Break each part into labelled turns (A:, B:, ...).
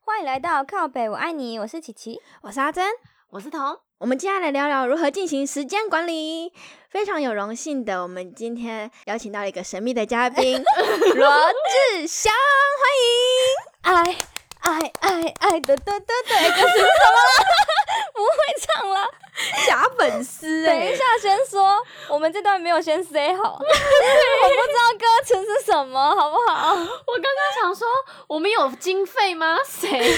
A: 欢迎来到靠北，我爱你，我是琪琪。
B: 我是阿珍。
C: 我是彤，
B: 我们接下来聊聊如何进行时间管理。非常有荣幸的，我们今天邀请到了一个神秘的嘉宾 罗志祥，欢
A: 爱爱爱爱的的的的，哎这是什么啦？不会唱了，
B: 迎假粉丝
A: 等一
B: 哎、
A: 下先说，我们这段没有先 say 好，我不知道歌词是什么，好不好？
C: 我刚刚想说，我们有经费吗？ 谁、啊？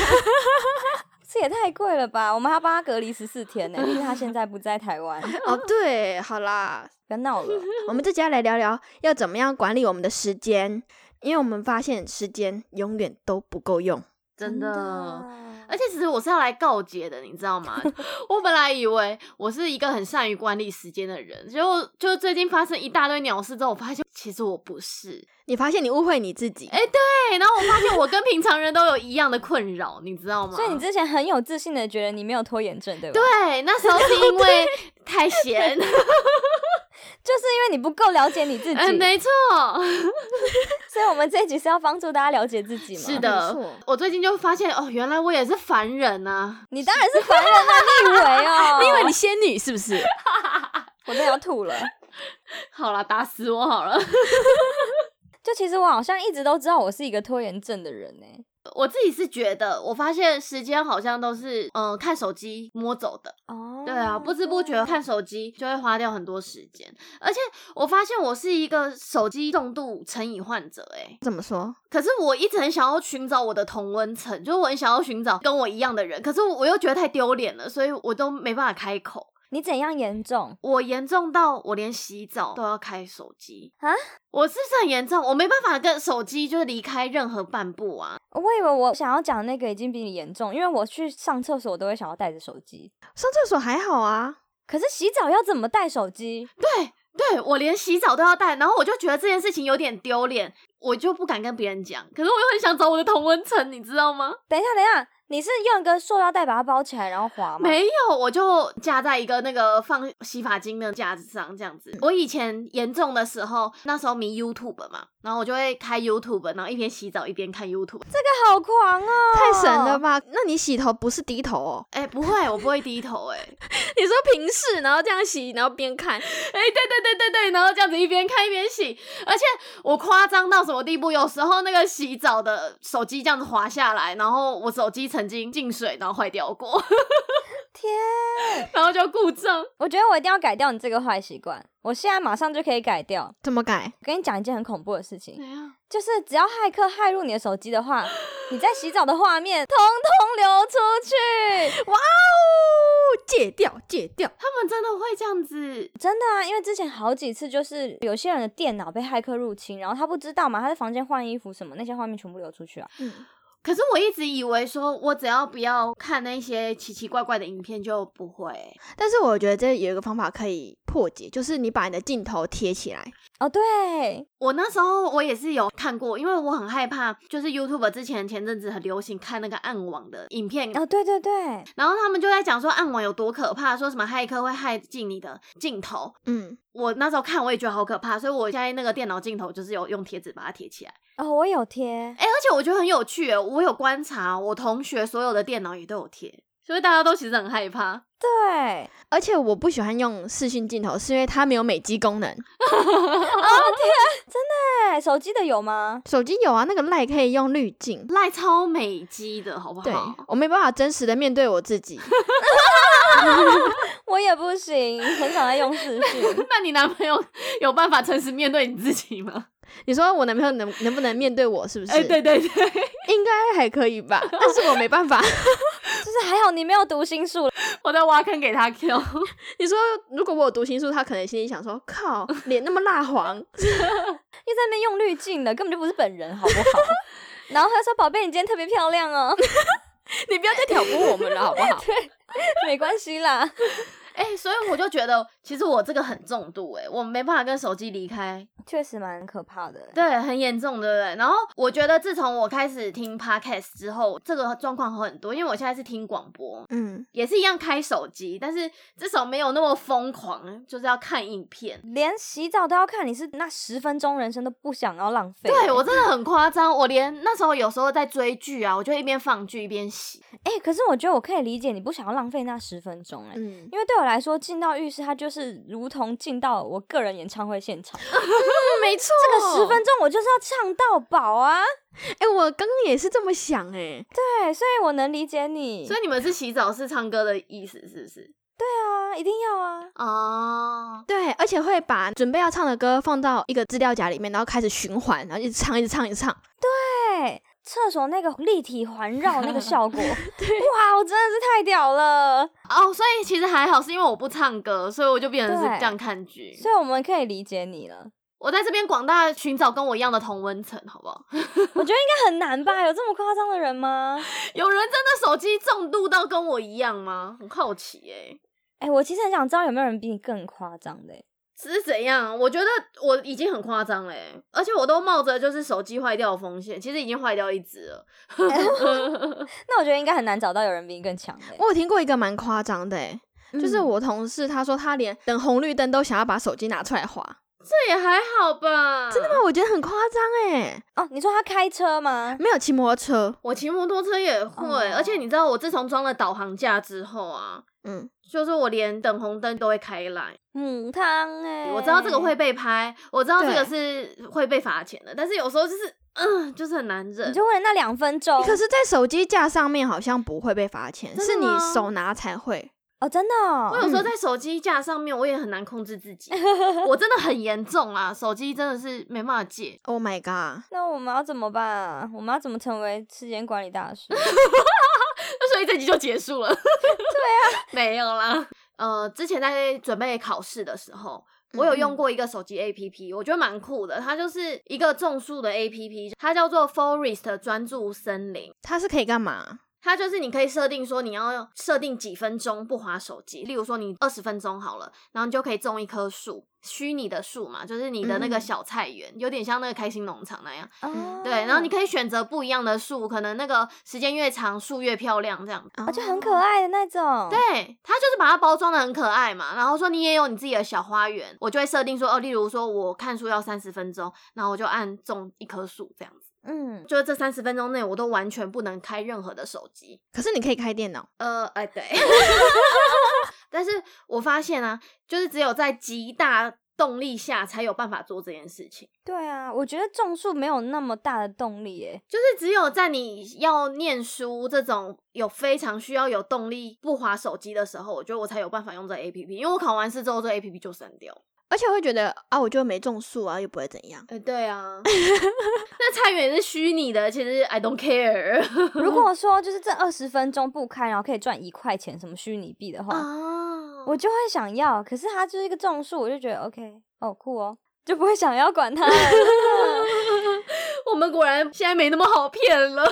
A: 这也太贵了吧！我们还要帮他隔离十四天呢，因为他现在不在台湾。不
B: 哦对，好啦，
A: 要闹了，
B: 我们这接下来聊聊要怎么样管理我们的时间，因为我们发现时间永远都不够用。
C: 真的。
A: 的
C: 而且其实我是要来告解的，你知道吗？ 我本来以为我是一个很善于管理时间的人，结果就最近发生一大堆鸟事之后，我发现其实我不是。
B: 你发现你误会你自己，
C: 哎、对，然后我发现我跟平常人都有一样的困扰，你知道吗？
A: 所以你之前很有自信的觉得你没有拖延症，对吧？，
C: 对那时候是因 为太闲，
A: 就是因为你不够了解你自己，
C: 嗯， 没错，
A: 所以我们这一集是要帮助大家了解自己嘛。
C: 是
B: 没错
C: 的。我最近就发现哦，原来我也是凡人啊呐、
A: 你当然是凡人啊，你以为哦？
B: 你以为你仙女是不是？
A: 我真的要吐了。
C: 好啦，打死我好了。
A: 就其实我好像一直都知道我是一个拖延症的人欸呢、
C: 我自己是觉得，我发现时间好像都是嗯、呃看手机摸走的。
A: 哦
C: 对啊，不知不觉看手机就会花掉很多时间，而且我发现我是一个手机重度成瘾患者、欸，
B: 怎么说？
C: 可是我一直很想要寻找我的同温层，就是我很想要寻找跟我一样的人，可是我又觉得太丢脸了，所以我都没办法开口。
A: 你怎样严重？
C: 我严重到我连洗澡都要开手机
A: 啊！
C: 我是不是很严重？我没办法跟手机就是离开任何半步啊！
A: 我以为我想要讲那个已经比你严重，因为我去上厕所我都会想要带着手机，
B: 上厕所还好啊，
A: 可是洗澡要怎么带手机？
C: 对对，我连洗澡都要带，然后我就觉得这件事情有点丢脸，我就不敢跟别人讲。可是我又很想找我的同温层，你知道吗？
A: 等一下，等一下，你是用一个塑料袋把它包起来然后滑吗？哎
C: 没有，我就架在一个那个放洗发精的架子上，这样子。我以前严重的时候，那时候迷 YouTube 嘛，然后我就会开 YouTube，然后一边洗澡一边看 YouTube。
A: 这好狂哦，
B: 太神了！吧？那你洗头不是低头哦？
C: 哎、不会，我不会低头、哎，
B: 你说平视，然后这样洗，然后边看，
C: 哎，对对对对对，然后这样子一边看一边洗，而且我夸张到什么地步？有时候那个洗澡的手机这样子滑下来，然后我手机曾经进水然后坏掉过，
A: 天，
C: 然后就故障。
A: 我觉得我一定要改掉你这个坏习惯，我现在马上就可以改掉。
B: 怎么改？
A: 我跟你讲一件很恐怖的事情，
C: 怎样？
A: 就是只要骇客骇入你的手机的话，你在洗澡的画面通通流出去。
B: 哇哦，戒掉戒掉，
C: 他们真的会这样子？
A: 真的啊，因为之前好几次就是有些人的电脑被骇客入侵，然后他不知道嘛，他在房间换衣服什么，那些画面全部流出去啊。
B: 嗯
C: 可是我一直以为说，我只要不要看那些奇奇怪怪的影片就不会、
B: 但是我觉得这有一个方法可以破解，就是你把你的镜头贴起来。
A: 哦，对，
C: 我那时候我也是有看过，因为我很害怕，就是 YouTube 之前前阵子很流行看那个暗网的影片，
A: 哦，对对对，
C: 然后他们就在讲说暗网有多可怕，说什么骇客会害进你的镜头。
B: 嗯，
C: 我那时候看我也觉得好可怕，所以我现在那个电脑镜头就是有用贴纸把它贴起来。
A: 哦，我有贴，
C: 哎、而且我觉得很有趣、欸，我有观察，我同学所有的电脑也都有贴，所以大家都其实很害怕。
A: 对，
B: 而且我不喜欢用视讯镜头，是因为它没有美肌功能。
A: 哎，手机的有吗？
B: 手机有啊，那个赖可以用滤镜。
C: 赖超美肌的好不
B: 对
C: 好？，
B: 我没办法真实的面对我自 己。
A: 我也不行，很少在用视讯。
C: 那你男朋友 有办法诚实面对你自己吗？
B: 你说我男朋友能能不能面对我？ 是不是？
C: 哎、对，对对，
B: 应该还可以 吧，但是我没办 法。
A: 就是还好你没有读心术，
C: 我在挖坑给 他 Q。
B: 你说如果我有读心术，他可能心里想说：靠，脸那么蜡黄，
A: 又在那边用滤镜的，根本就不是本人，好不好？ 然后他说：“宝贝，你今天特别漂亮哦。 ”
B: 你不要再挑拨我们了，好不好？
A: 没关系啦，
C: 哎、所以我就觉得，其实我这个很重度诶、我没办法跟手机离开，
A: 确实蛮可怕的。
C: 对，很严重，对不对？然后我觉得自从我开始听 podcast 之后，这个状况好很多，因为我现在是听广播，
B: 嗯，
C: 也是一样开手机，但是至少没有那么疯狂，就是要看影片。
A: 连洗澡都要看，你是那十分钟人生都不想要浪费。欸
C: 对我真的很夸张，我连那时候有时候在追剧啊，我就一边放剧一边洗。
A: 哎、可是我觉得我可以理解你不想要浪费那十分钟、哎、
B: 嗯，
A: 因为对我来说，进到浴室它就是如同进到我个人演唱会现场，
B: 没错，
A: 这个十分钟我就是要唱到饱啊！
B: 哎、我刚刚也是这么想哎、
A: 对，所以我能理解你。
C: 所以你们是洗澡是唱歌的意思是不是？
A: 啊，一定要啊！
C: 哦，
B: 对，而且会把准备要唱的歌放到一个资料夹里面，然后开始循环，然后一直唱，一直唱，一直唱。
A: 对，厕所那个立体环绕那个效 果，哇，我真的是太屌了！
C: 哦，所以其实还好，是因为我不唱歌，所以我就变成是
A: 对
C: 这样看剧。
A: 所以我们可以理解你了。
C: 我在这边广大寻找跟我一样的同温层，好不好？
A: 我觉得应该很难吧？有这么夸张的人吗？
C: 有人真的手机重度到跟我一样吗？很好奇哎、
A: 哎、我其实很想知道有没有人比你更夸张的、哎
C: 是怎样？我觉得我已经很夸张嘞，而且我都冒着就是手机坏掉的风险，其实已经坏掉一只了。
A: 那我觉得应该很难找到有人比你更强的、哎
B: 我有听过一个蛮夸张的、欸，就是
A: 嗯
B: 我同事他说他连等红绿灯都想要把手机拿出来划，
C: 这也还好吧？真的吗？
B: 那我觉得很夸张哎，
A: 哦，你说他开车吗？
B: 没有骑摩托车，
C: 我骑摩托车也会，
A: 哦
C: 而且你知道我自从装了导航架之后啊，
B: 嗯，
C: 就是我连等红灯都会开来。
A: 母汤哎、
C: 我知道这个会被拍，我知道这
B: 对
C: 个是会被罚钱的，但是有时候就是，嗯，就是很难忍
A: 你。就为了那两分钟，
B: 可是，在手机架上面好像不会被罚钱，
C: 真的
B: 是你
C: 吗
B: 手拿才会。
A: 哦，真的、
C: 我
A: 哦，
C: 有时候在手机架上面，我也很难控制自 己，我真的很严重啊！手机真的是没办法 戒，
B: Oh my god！
A: 那我们要怎么办啊？我们要怎么成为时间管理大师？
C: 所以这集就结束 了。对啊， 没有啦。呃，之前在准备考试的时候，我有用过一个手机 APP，我觉得蛮酷的。它就是一个种树的 APP，它叫做 Forest 专注森林。
B: 它是可以干嘛？
C: 它就是你可以设定说你要设定几分钟不划手机，例如说你二十分钟好了，然后你就可以种一棵树，虚拟的树嘛，就是你的那个
B: 嗯
C: 小菜园，有点像那个开心农场那样。
A: 哦
C: 对，然后你可以选择不一样的树，可能那个时间越长，树越漂亮这样。
A: 哦，
B: 而
A: 就很可。爱的那种，
C: 对，它就是把它包装的很可爱嘛，然后说你也有你自己的小花园，我就会设定说，哦，例如说我看书要三十分钟，然后我就按种一棵树这样子，
A: 嗯，
C: 就是这三十分钟内我都完全不能开任何的手机，
B: 可是你可以开电脑，
C: 呃，哎、对， 但是我发现啊，就是只有在极大动力下才有办法做这件事情。
A: 对啊，我觉得种树没有那么大的动力耶。
C: 就是只有在你要念书这种有非常需要有动力不划手机的时候，我觉得我才有办法用这 A P P，因为我考完试之后这 A P P 就删掉。
B: 而且会觉得啊，我就没种树啊，又不会怎样。
C: 哎、对啊， 那菜园也是虚拟的，其实 I don't care
A: 如果说就是这二十分钟不开，然后可以赚一块钱什么虚拟币的话，
C: 啊
A: 我就会想要。可是它就是一个种树，我就觉得 OK，哦酷哦，就不会想要管它了。 真的
C: 我们果然现在没那么好骗了。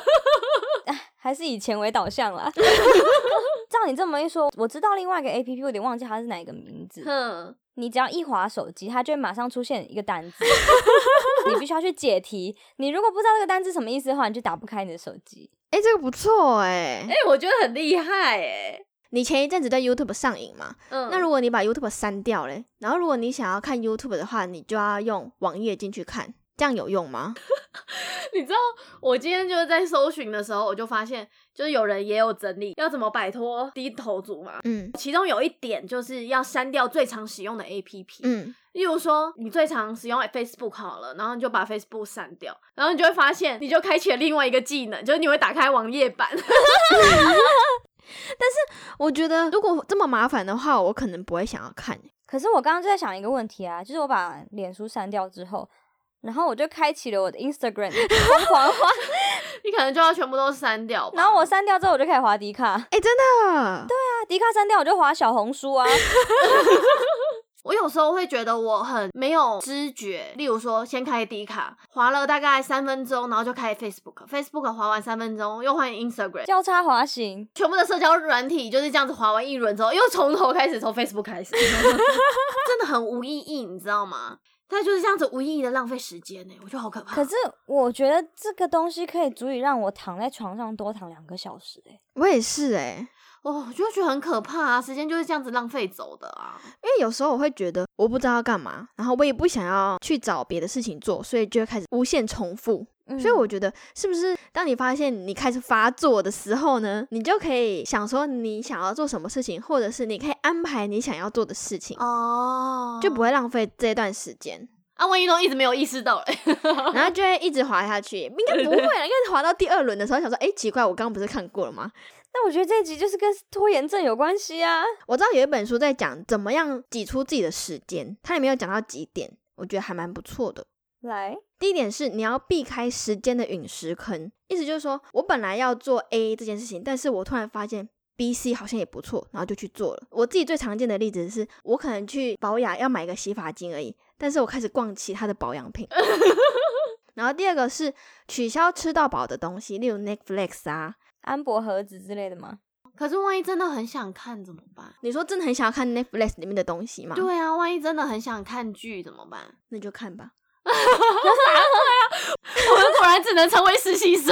A: 还是以钱为导向啦。 照你这么一说，我知道另外一个 A P P，我有点忘记它是哪一个名字。
C: 哼，
A: 你只要一划手机，它就会马上出现一个单字， 你必须要去解题。你如果不知道这个单字什么意思的话，你就打不开你的手机。
B: 哎、这个不错哎、
C: 哎、我觉得很厉害哎、
B: 你前一阵子对 YouTube 上瘾嘛？
C: 嗯
B: 那如果你把 YouTube 删掉嘞，然后如果你想要看 YouTube 的话，你就要用网页进去看，这样有用吗？
C: 你知道，我今天就是在搜寻的时候，我就发现，就是有人也有整理要怎么摆脱低头族嘛。
B: 嗯
C: 其中有一点就是要删掉最常使用的 APP，、
B: 嗯，
C: 例如说你最常使用 Facebook 好了，然后你就把 Facebook 删掉，然后你就会发现，你就开启了另外一个技能，就是你会打开网页版。
B: 我觉得如果这么麻烦的话，我可能不会想要看。
A: 可是我刚刚就在想一个问题啊，就是我把脸书删掉之后，然后我就开启了我的 Instagram 疯狂 滑，
C: 你可能就要全部都删掉吧。
A: 然后我删掉之后我就开始滑迪卡，
B: 哎、真的，
A: 那迪卡删掉我就滑小红书啊。
C: 我有时候会觉得我很没有知觉，例如说先开低卡，滑了大概三分钟，然后就开 Facebook，Facebook 滑完三分钟又换 Instagram，
A: 交叉滑行，
C: 全部的社交软体就是这样子滑完一轮之后，又从头开始，从 Facebook 开始， 真的很无意义，你知道吗？他就是这样子无意义的浪费时间欸呢、我觉得好可怕。
A: 可是我觉得这个东西可以足以让我躺在床上多躺两个小时、欸，
B: 我也是哎、
C: 哦，我就觉得很可怕啊，时间就是这样子浪费走的啊。
B: 因为有时候我会觉得我不知道要干嘛，然后我也不想要去找别的事情做，所以就会开始无限重复。
A: 嗯
B: 所以我觉得，是不是当你发现你开始发作的时候呢，你就可以想说你想要做什么事情，或者是你可以安排你想要做的事情，
C: 哦
B: 就不会浪费这段时间，
C: 啊，万一都一直没有意识到欸嘞、
B: 然后就会一直滑下去。应该不会啦，应该是滑到第二轮的时候想说，哎，奇怪，我刚刚不是看过了吗？
A: 那我觉得这一集就是跟拖延症有关系啊。
B: 我知道有一本书在讲怎么样挤出自己的时间，它里面有讲到几点，我觉得还蛮不错的。
A: 来，
B: 第一点是你要避开时间的陨石坑，意思就是说我本来要做 A 这件事情，但是我突然发现 B、C 好像也不错，然后就去做了。我自己最常见的例子是我可能去保养要买个洗发精而已，但是我开始逛其他的保养品。然后第二个是取消吃到饱的东西，例如 Netflix 啊。
A: 安博盒子之类的吗？
C: 可是万一真的很想看怎么办？
B: 你说真的很想要看 Netflix 里面的东西吗？，
C: 对啊，万一真的很想看剧怎么办？
B: 那就看吧。
C: 我们果然只能成为实习生。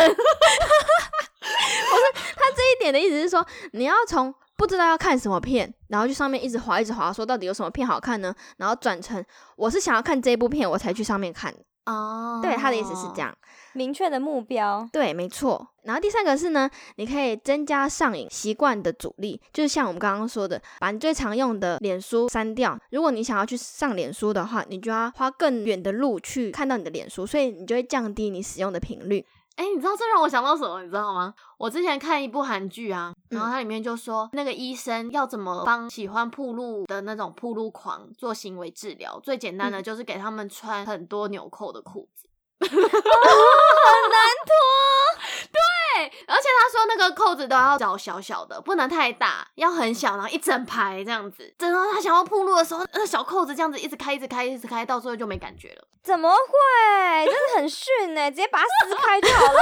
B: 这一点的意思是说，你要从不知道要看什么片，然后去上面一直滑，一直滑，说到底有什么片好看呢？然后转成我是想要看这部片，我才去上面看。
C: 哦
B: 对，他的意思是这。样。
A: 明确的目标，
B: 对，没错。然后第三个是呢，你可以增加上瘾习惯的阻力，就是像我们刚刚说的，把你最常用的脸书删掉。如果你想要去上脸书的话，你就要花更远的路去看到你的脸书，所以你就会降低你使用的频率。
C: 哎、你知道这让我想到什么？你知道吗？我之前看一部韩剧啊，然后它里面就说、那个医生要怎么帮喜欢铺路的那种铺路狂做行为治疗，最简单的就是给他们穿很多纽扣的裤 子。很难哦脱，对，而且他说那个扣子都要找小小的，不能太大，要很小，然后一整排这样子。等到他想要铺路的时候，那小扣子这样子一直开，一直开，一直开，到最后就没感觉了。
A: 怎么会？真的很逊哎、直接把它撕开就好了。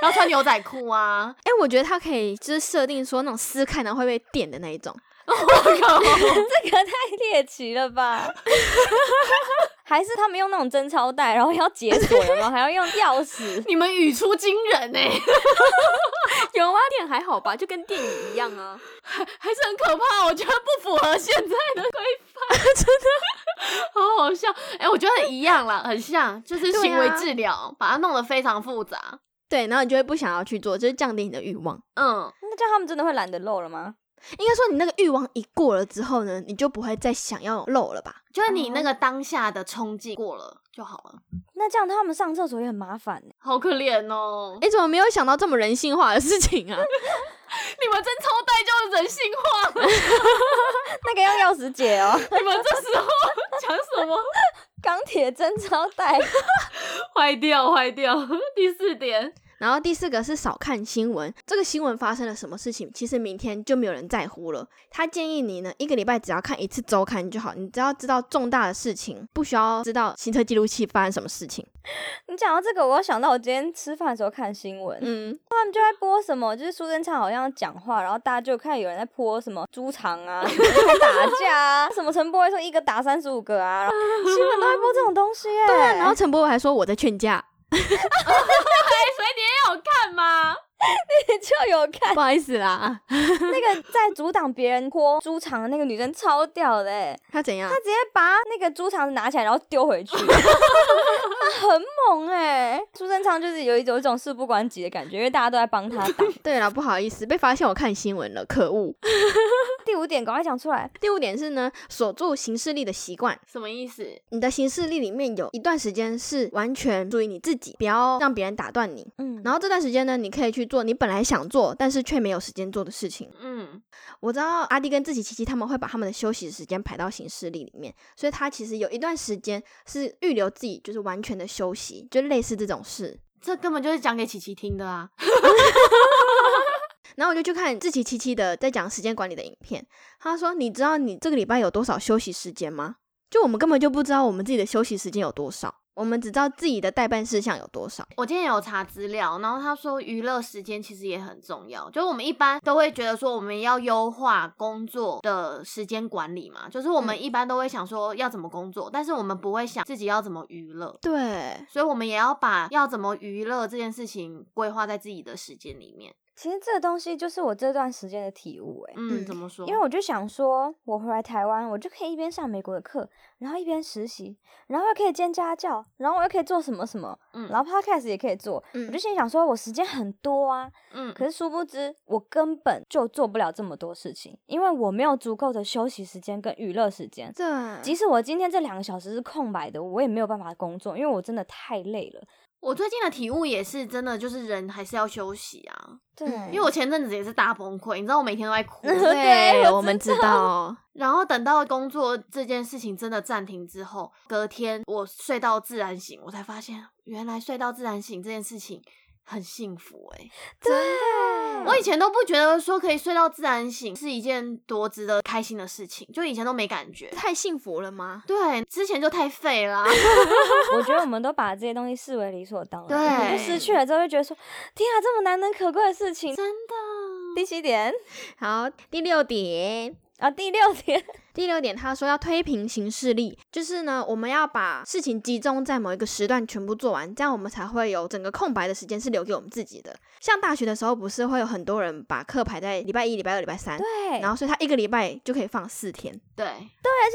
C: 然后穿牛仔裤啊，
B: 哎、我觉得它可以就是设定说那种撕开然后会被电的那一种。
C: 我靠！
A: 这个太猎奇了吧？ 还是他们用那种贞操带，然后要解锁的吗？还要用钥匙？
C: 你们语出惊人欸呢、
B: 有啊，电还好吧，就跟电影一样啊。
C: 还是很可怕。我觉得不符合现在的规 范，真的 好好笑。哎、我觉得一样啦，很像，就是
B: 对啊
C: 行为治疗，把它弄得非常复杂。
B: 对，然后你就会不想要去做，就是降低你的欲望。
C: 嗯，
A: 那这样他们真的会懒得露了吗？
B: 应该说，你那个欲望一过了之后呢，你就不会再想要漏了吧？
C: 就是你那个当下的冲劲过了就好了。
A: 那这样他们上厕所也很麻烦、欸、
C: 好可怜哦！
B: 你怎么没有想到这么人性化的事情啊？
C: 你们真超带就人性化了，
A: 那个要钥匙解哦，
C: 你们这时候讲什么？
A: 钢铁贞操带。
C: 坏掉，坏掉！ 第四点，
B: 然后第四个是少看新闻，这个新闻发生了什么事情，其实明天就没有人在乎了。他建议你呢，一个礼拜只要看一次周刊就好，你只要知道重大的事情，不需要知道行车记录器发生什么事情。
A: 你讲到这个，我又想到我今天吃饭的时候看新闻，
B: 嗯，
A: 他们就在播什么，就是苏贞昌好像讲话，然后大家就看有人在播什么猪肠啊， 什么在打架啊，什么陈柏惟说一个打三十五个啊，然后新闻都在播这种东西耶、
B: 对啊。然后陈柏伟还说我在劝架，
C: 哎、水点有看吗？
A: 你就有看
B: 不好意思啦。
A: 那个在阻挡别人泼猪肠的那个女生超屌的、欸，
B: 他怎样
A: 她？直接把那个猪肠拿起来然后丢回去，她很猛哎、苏贞昌就是有一有一种事不关己的感觉，因为大家都在帮他挡。
B: 对了，不好意思，被发现我看新闻了，可恶。
A: 第五点，赶快讲出来，
B: 第五点是呢，锁住行事力的习惯。
C: 什么意思？
B: 你的行事力里面有一段时间是完全属于你自己，不要让别人打断你。
A: 嗯，
B: 然后这段时间呢，你可以去做你本来想做，但是却没有时间做的事情。
C: 嗯，
B: 我知道阿弟跟自己琪琪他们会把他们的休息时间排到行事历里面，所以他其实有一段时间是预留自己就是完全的休息，就类似这种事。
C: 这根本就是讲给琪琪听的啊。
B: 然然后我就去看自奇七七的在讲时间管理的影片，他说：“你知道你这个礼拜有多少休息时间吗？”就我们根本就不知道我们自己的休息时间有多少，我们只知道自己的代办事项有多少。
C: 我今天有查资料，然后他说娱乐时间其实也很重要，就是我们一般都会觉得说我们要优化工作的时间管理嘛，就是我们
B: 嗯
C: 一般都会想说要怎么工作，但是我们不会想自己要怎么娱乐。
B: 对，
C: 所以，我们也要把要怎么娱乐这件事情规划在自己的时间里面。
A: 其实这个东西就是我这段时间的体悟、欸，
C: 嗯，
B: 嗯
C: 怎么说？
A: 因为我就想说，我回来台湾，我就可以一边上美国的课，然后一边实习，然后又可以兼家教，然后我又可以做什么什么，
C: 嗯
A: 然后 podcast 也可以做。我
B: 嗯
A: 就，心里想说，我时间很多啊，
C: 嗯，
A: 可是殊不知我根本就做不了这么多事情，因为我没有足够的休息时间跟娱乐时间。
B: 这
A: 即使我今天这两个小时是空白的，我也没有办法工作，因为我真的太累了。
C: 我最近的体悟也是真的，就是人还是要休息啊。
A: 对，，
B: 嗯
C: 因为我前阵子也是大崩溃，你知道我每天都在哭
A: 对我
B: 我们知道，
C: 然后等到工作这件事情真的暂停之后，隔天我睡到自然醒，我才发现原来睡到自然醒这件事情很幸福诶、
A: 对
C: 我以前都不觉得说可以睡到自然醒是一件多值得开心的事情，就以前都没感觉。
B: 太幸福了吗？
C: 对，之前就太废啦。
A: 我觉得我们都把这些东西视为理所当然，
C: 对
A: 就失去了之后就觉得说，天啊，这么难能可贵的事情。
C: 真的，
A: 第七点
B: 好，第六点。
A: 啊，第六点，
B: 第六点，他说要推平行事力，就是呢，我们要把事情集中在某一个时段全部做完，这样我们才会有整个空白的时间是留给我们自己的。像大学的时候，不是会有很多人把课排在礼拜一、礼拜二、礼拜三，
A: 对，
B: 然后所以他一个礼拜就可以放四天，
C: 对，
A: 还是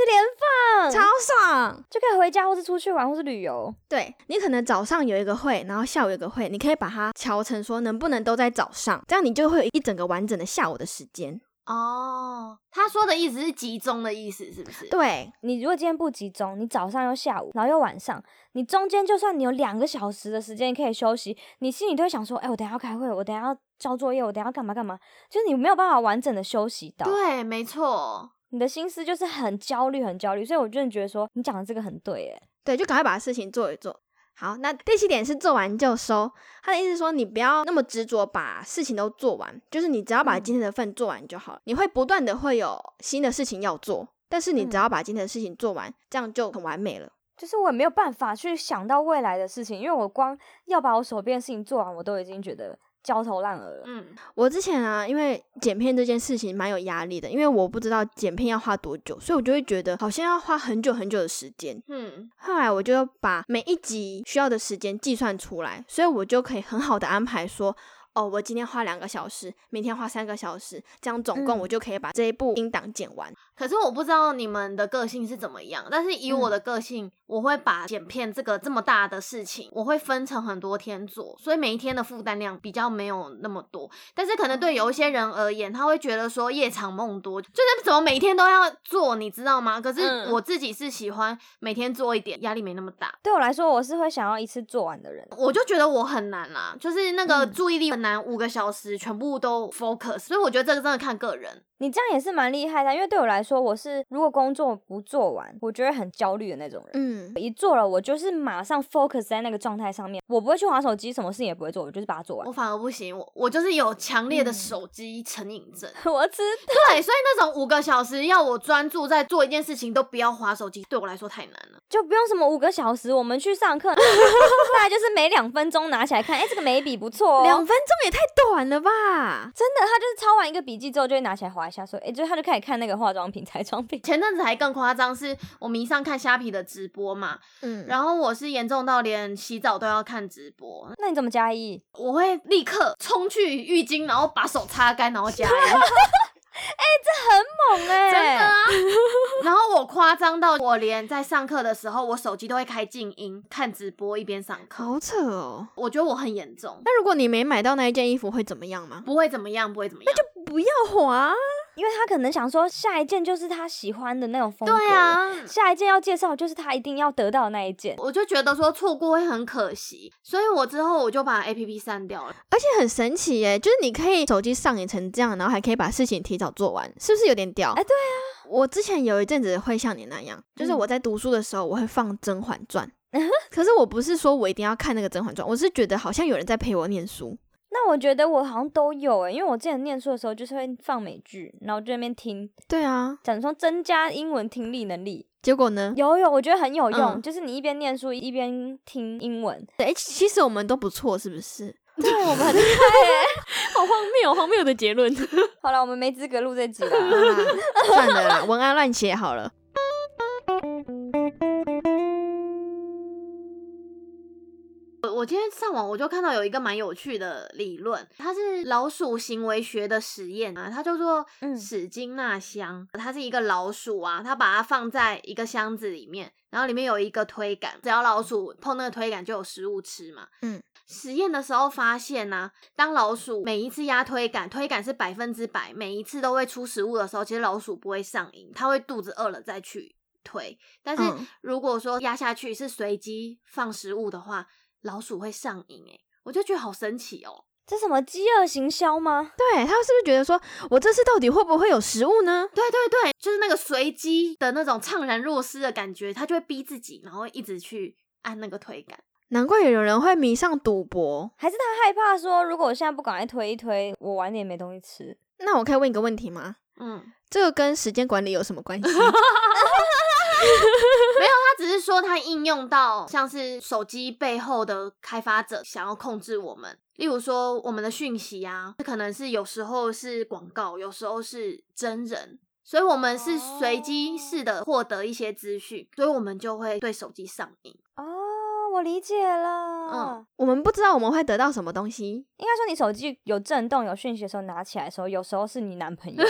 A: 连放，
B: 超爽。
A: 就可以回家或是出去玩或是旅游。
B: 对你可能早上有一个会，然后下午有一个会，你可以把它调成说能不能都在早上，这样你就会有一整个完整的下午的时间。
C: 哦，他说的意思是集中的意思，是不是？
B: 对，
A: 你如果今天不集中，你早上又下午，然后又晚上，你中间就算你有两个小时的时间可以休息，你心里都会想说，哎、我等一下要开会，我等一下要交作业，我等一下要干嘛干嘛，就是你没有办法完整的休息到，
C: 对，没错。
A: 你的心思就是很焦虑，很焦虑。所以我真的觉得说，你讲的这个很对，哎，
B: 对，就赶快把事情做一做。好，那第七点是做完就收。他的意思是说，你不要那么执着把事情都做完，就是你只要把
A: 嗯
B: 今天的份做完就好了。你会不断的会有新的事情要做，但是你只
A: 嗯
B: 要把今天的事情做完，这样就很完美了。
A: 就是我也没有办法去想到未来的事情，因为我光要把我手边的事情做完，我都已经觉得焦头烂额了。
C: 嗯，
B: 我之前啊，因为剪片这件事情蛮有压力的，因为我不知道剪片要花多久，所以我就会觉得好像要花很久很久的时间。
C: 嗯，
B: 后来我就把每一集需要的时间计算出来，所以我就可以很好的安排说，哦，我今天花两个小时，明天花三个小时，这样总共
A: 嗯
B: 我就可以把这一部音档剪完。
C: 可是我不知道你们的个性是怎么样，但是以我
A: 嗯
C: 的个性，我会把剪片这个这么大的事情，我会分成很多天做，所以每一天的负担量比较没有那么多。但是可能对有一
A: 哦
C: 些人而言，他会觉得说夜长梦多，就是怎么每天都要做，你知道吗？可是
B: 嗯
C: 我自己是喜欢每天做一点，压力没那么大。
A: 对我来说，我是会想要一次做完的人。
C: 我就觉得我很难啦，就是那个
A: 嗯
C: 注意力很难，五个小时全部都 focus，所以我觉得这个真的看个人。
A: 你这样也是蛮厉害的，啊因为对我来说，我是如果工作不做完，我觉得很焦虑的那种人。
B: 嗯，
A: 一做了，我就是马上 focus 在那个状态上面，我不会去划手机，什么事情也不会做，我就是把它做完
B: 哦
C: 我。反而不行，我我就是有强烈的
A: 嗯
C: 手机成瘾症。
A: 我知道，
C: 对，所以那种五个小时要我专注在做一件事情都不要划手机，对我来说太难了。
A: 就不用什么五个小时，我们去上 课，大概就是每两分钟拿起来看，哎、这个眉笔不错哦。
B: 两分钟也太短了吧？
A: 真的，他就是抄完一个笔记之后，就会拿起来划一下，说，哎、就他就开始看那个化妆品、彩妆品。
C: 前阵子还更夸张，是我迷上看虾皮的直播嘛，
B: 嗯，
C: 然后我是严重到连洗澡都要看直播，
A: 那你怎么加一？
C: 我会立刻冲去浴巾，然后把手擦干，然后加油。
A: 猛
B: 欸
A: 哎、
C: 真的啊！ 然后我夸张到我连在上课的时候，我手机都会开静音看直播，一边上课。
B: 好扯哦。
C: 我觉得我很严重，
B: 那如果你没买到那一件衣服会怎么样吗？
C: 不会怎么样，不会怎么样。就
B: 不要滑，
A: 因为他可能想说，下一件就是他喜欢的那种风格。
C: 对啊，
A: 下一件要介绍就是他一定要得到的那一件。
C: 我就觉得说错过会很可惜，所以我之后我就把 A P P 删掉了。
B: 而且很神奇耶，就是你可以手机上瘾成这样，然后还可以把事情提早做完，是不是有点屌？
A: 哎
B: 对啊，我之前有一阵子会像你那样，就是
A: 嗯
B: 我在读书的时候，我会放《甄 嬛传》可是我不是说我一定要看那个《甄嬛传》，我是觉得好像有人在陪我念书，
A: 那我觉得我好像都有欸诶、因为我之前念书的时候就是会放美剧，然后就在那边听，
B: 对啊，
A: 讲说增加英文听力能力。
B: 结果呢？
A: 有有，我觉得很有用，
B: 嗯
A: 就是你一边念书一边听英文，
B: 哎，其其实我们都不错，是不是？
A: 对我们很
B: 好荒谬，荒谬的结论。
A: 好了，我们没资格录这集
B: 好
A: 了。
B: 啦 算了啦，文案乱写好了。
C: 我我今天上网我就看到有一个蛮有趣的理论，它是老鼠行为学的实验啊，它叫做
A: 嗯
C: 史金纳箱，它是一个老鼠啊，它把它放在一个箱子里面，然后里面有一个推杆，只要老鼠碰那个推杆就有食物吃嘛。
B: 嗯，
C: 实验的时候发现呢、当老鼠每一次压推杆，推杆是百分之百，每一次都会出食物的时候，其实老鼠不会上瘾，它会肚子饿了再去推。但是
B: 嗯
C: 如果说压下去是随机放食物的话，老鼠会上瘾诶、我就觉得好神奇哦、
A: 这什么饥饿行销吗？
B: 对他是不是觉得说我这次到底会不会有食物呢？
C: 对对对，就是那个随机的那种怅然若失的感觉，它就会逼自己，然后一直去按那个推杆。
B: 难怪有人会迷上赌博。
A: 还是他害怕说，如果我现在不赶快推一推，我晚点没东西吃？
B: 那我可以问一个问题吗？
C: 嗯，
B: 这个跟时间管理有什么关 系？
C: 他只是说它应用到像是手机背后的开发者想要控制我们，例如说我们的讯息啊，可能是有时候是广告，有时候是真人。所以，我们是随机式的获得一些资讯所以我们就会对手机上瘾。
A: 哦，我理解了。
C: 嗯
B: 我们不知道我们会得到什么东西。
A: 应该说你手机有震动、有讯息的时候，拿起来的时候，有时候是你男 朋友，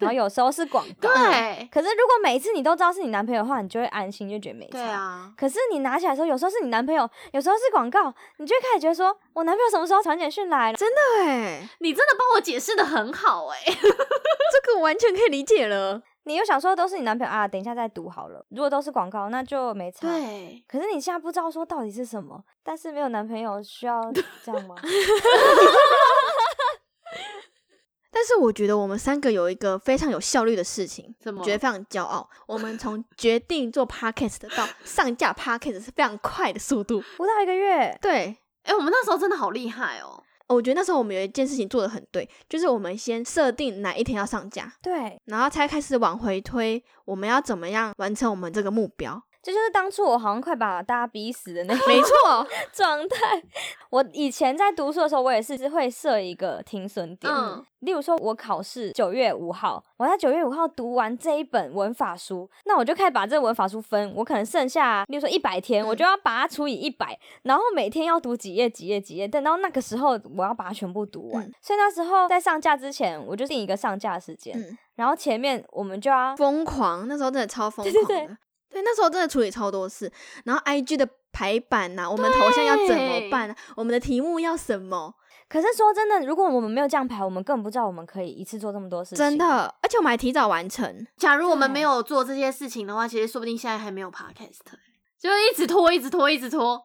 A: 然后有时候是广告。
C: 对，
A: 可是如果每次你都知道是你男朋友的话，你就会安心，就觉得没差。
C: 对。啊，
A: 可是你拿起来的时候，有时候是你男朋友，有时候是广告，你就会开始觉得说，我男朋友什么时候传简讯来了？
B: 对，
C: 你真的帮我解释的很好哎、
B: 这个我完全可以理解了。
A: 你又想说都是你男朋友啊，等一下再读好了。如果都是广告，那就没差。。
C: 对，
A: 可是你现在不知道说到底是什么，但是没有男朋友需 要这样吗？
B: 但是我觉得我们三个有一个非常有效率的事情，
C: 怎么
B: 觉得非常骄傲。我们从决定做 podcast 到上架 podcast 是非常快的速度。
A: 不到一个月，
B: 对，
C: 哎、我们那时候真的好厉害哦、
B: 我觉得那时候我们有一件事情做的很对，就是我们先设定哪一天要上架，
A: 对，
B: 然后才开始往回推，我们要怎么样完成我们这个目标。
A: 这就是当初我好像快把大家逼死的 那个
B: 没错，
A: 状态。我以前在读书的时候，我也是会设一个停损点，
C: 嗯
A: 例如说我考试九月五号，我在九月五号读完这一本文法书，那我就开始把这个文法书分，我可能剩下，例如说一百天，
B: 嗯
A: 我就要把它除以一百，然后每天要读几页几页几页，等到那个时候我要把它全部读完。
B: 嗯
A: 所以那时候在上架之前，我就定一个上架时间，
B: 嗯
A: 然后前面我们就要。
B: 疯狂，那时候真的超疯
A: 对
B: 狂
A: 对
B: 的。
A: 对
B: 对那时候真的处理超多事，然后 IG 的排版呐、啊我们头像要怎么办、啊？我们的题目要什么？
A: 可是说真的，如果我们没有这样排，我们根本不知道我们可以一次做这么多事情。
B: 真的，而且我们还提早完成。
C: 假如我们没有做这些事情的话，其实说不定现在还没有 podcast，欸就一直拖，一直拖，一直拖。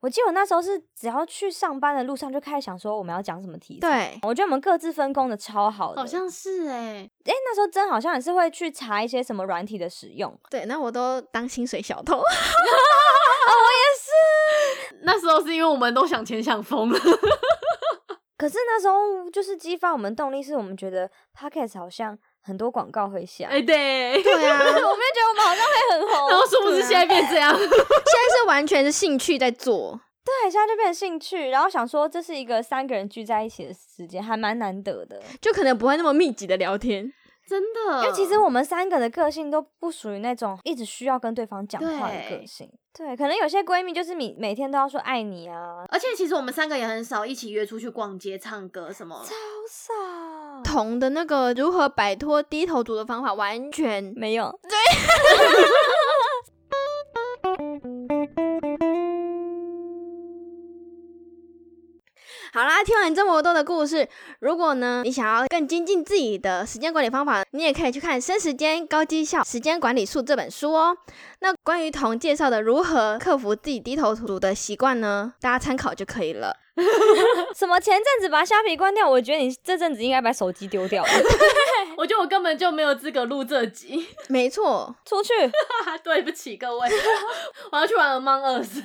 A: 我记得我那时候是只要去上班的路上就开始想说我们要讲什么题材。
B: 对，
A: 我觉得我们各自分工的超好的，
C: 好像是哎、
A: 哎、那时候真好像也是会去查一些什么软体的使用，
B: 对，那我都当薪水小偷。
C: 那时候是因为我们都想钱想疯了，
A: 可是那时候就是激发我们动力，是我们觉得 podcast 好像很多广告会下，
C: 哎、 对，
B: 对啊，
A: 我们就觉得我们好像会很红，啊
C: 然后殊不知现在变这样，
B: 现在是完全是兴趣在做。
A: 对，现在就变成兴趣，然后想说这是一个三个人聚在一起的时间，还蛮难得的，
B: 就可能不会那么密集的聊天。
C: 真的。
A: 因为其实我们三个的个性都不属于那种一直需要跟对方讲话的
C: 对
A: 个性。对，可能有些闺蜜就是你每天都要说爱你啊，
C: 而且其实我们三个也很少一起约出去逛街、唱歌什么。
A: 好少，
B: 同的那个如何摆脱低头族的方法，完全
A: 没有。
B: 好啦。听完这么多的故事，如果呢你想要更精进自己的时间管理方法，你也可以去看《生时间高绩效时间管理术》这本书哦。那关于童介绍的如何克服自己低头族的习惯呢，大家参考就可以了。
A: 什么前阵子把虾皮关掉，我觉得你这阵子应该把手机丢 掉，
C: 我觉得我根本就没有资格录这集，
B: 没错，
A: 出去。
C: 对不起各位， 我要去玩 Among Us，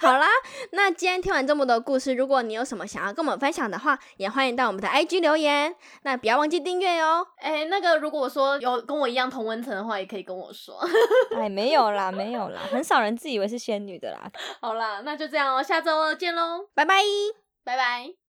B: 好啦，那今天听完这么多故事，如果你有什么想要跟我们分享的话，也欢迎到我们的 IG 留言。那不要忘记订阅哦。
C: 哎、那个如果说有跟我一样同温层的话，也可以跟我说。
A: 哎，没有啦，没有啦，很少人自以为是仙女的啦，
C: 好啦，那就这样哦，下周见喽，
B: 拜拜。
C: 拜拜。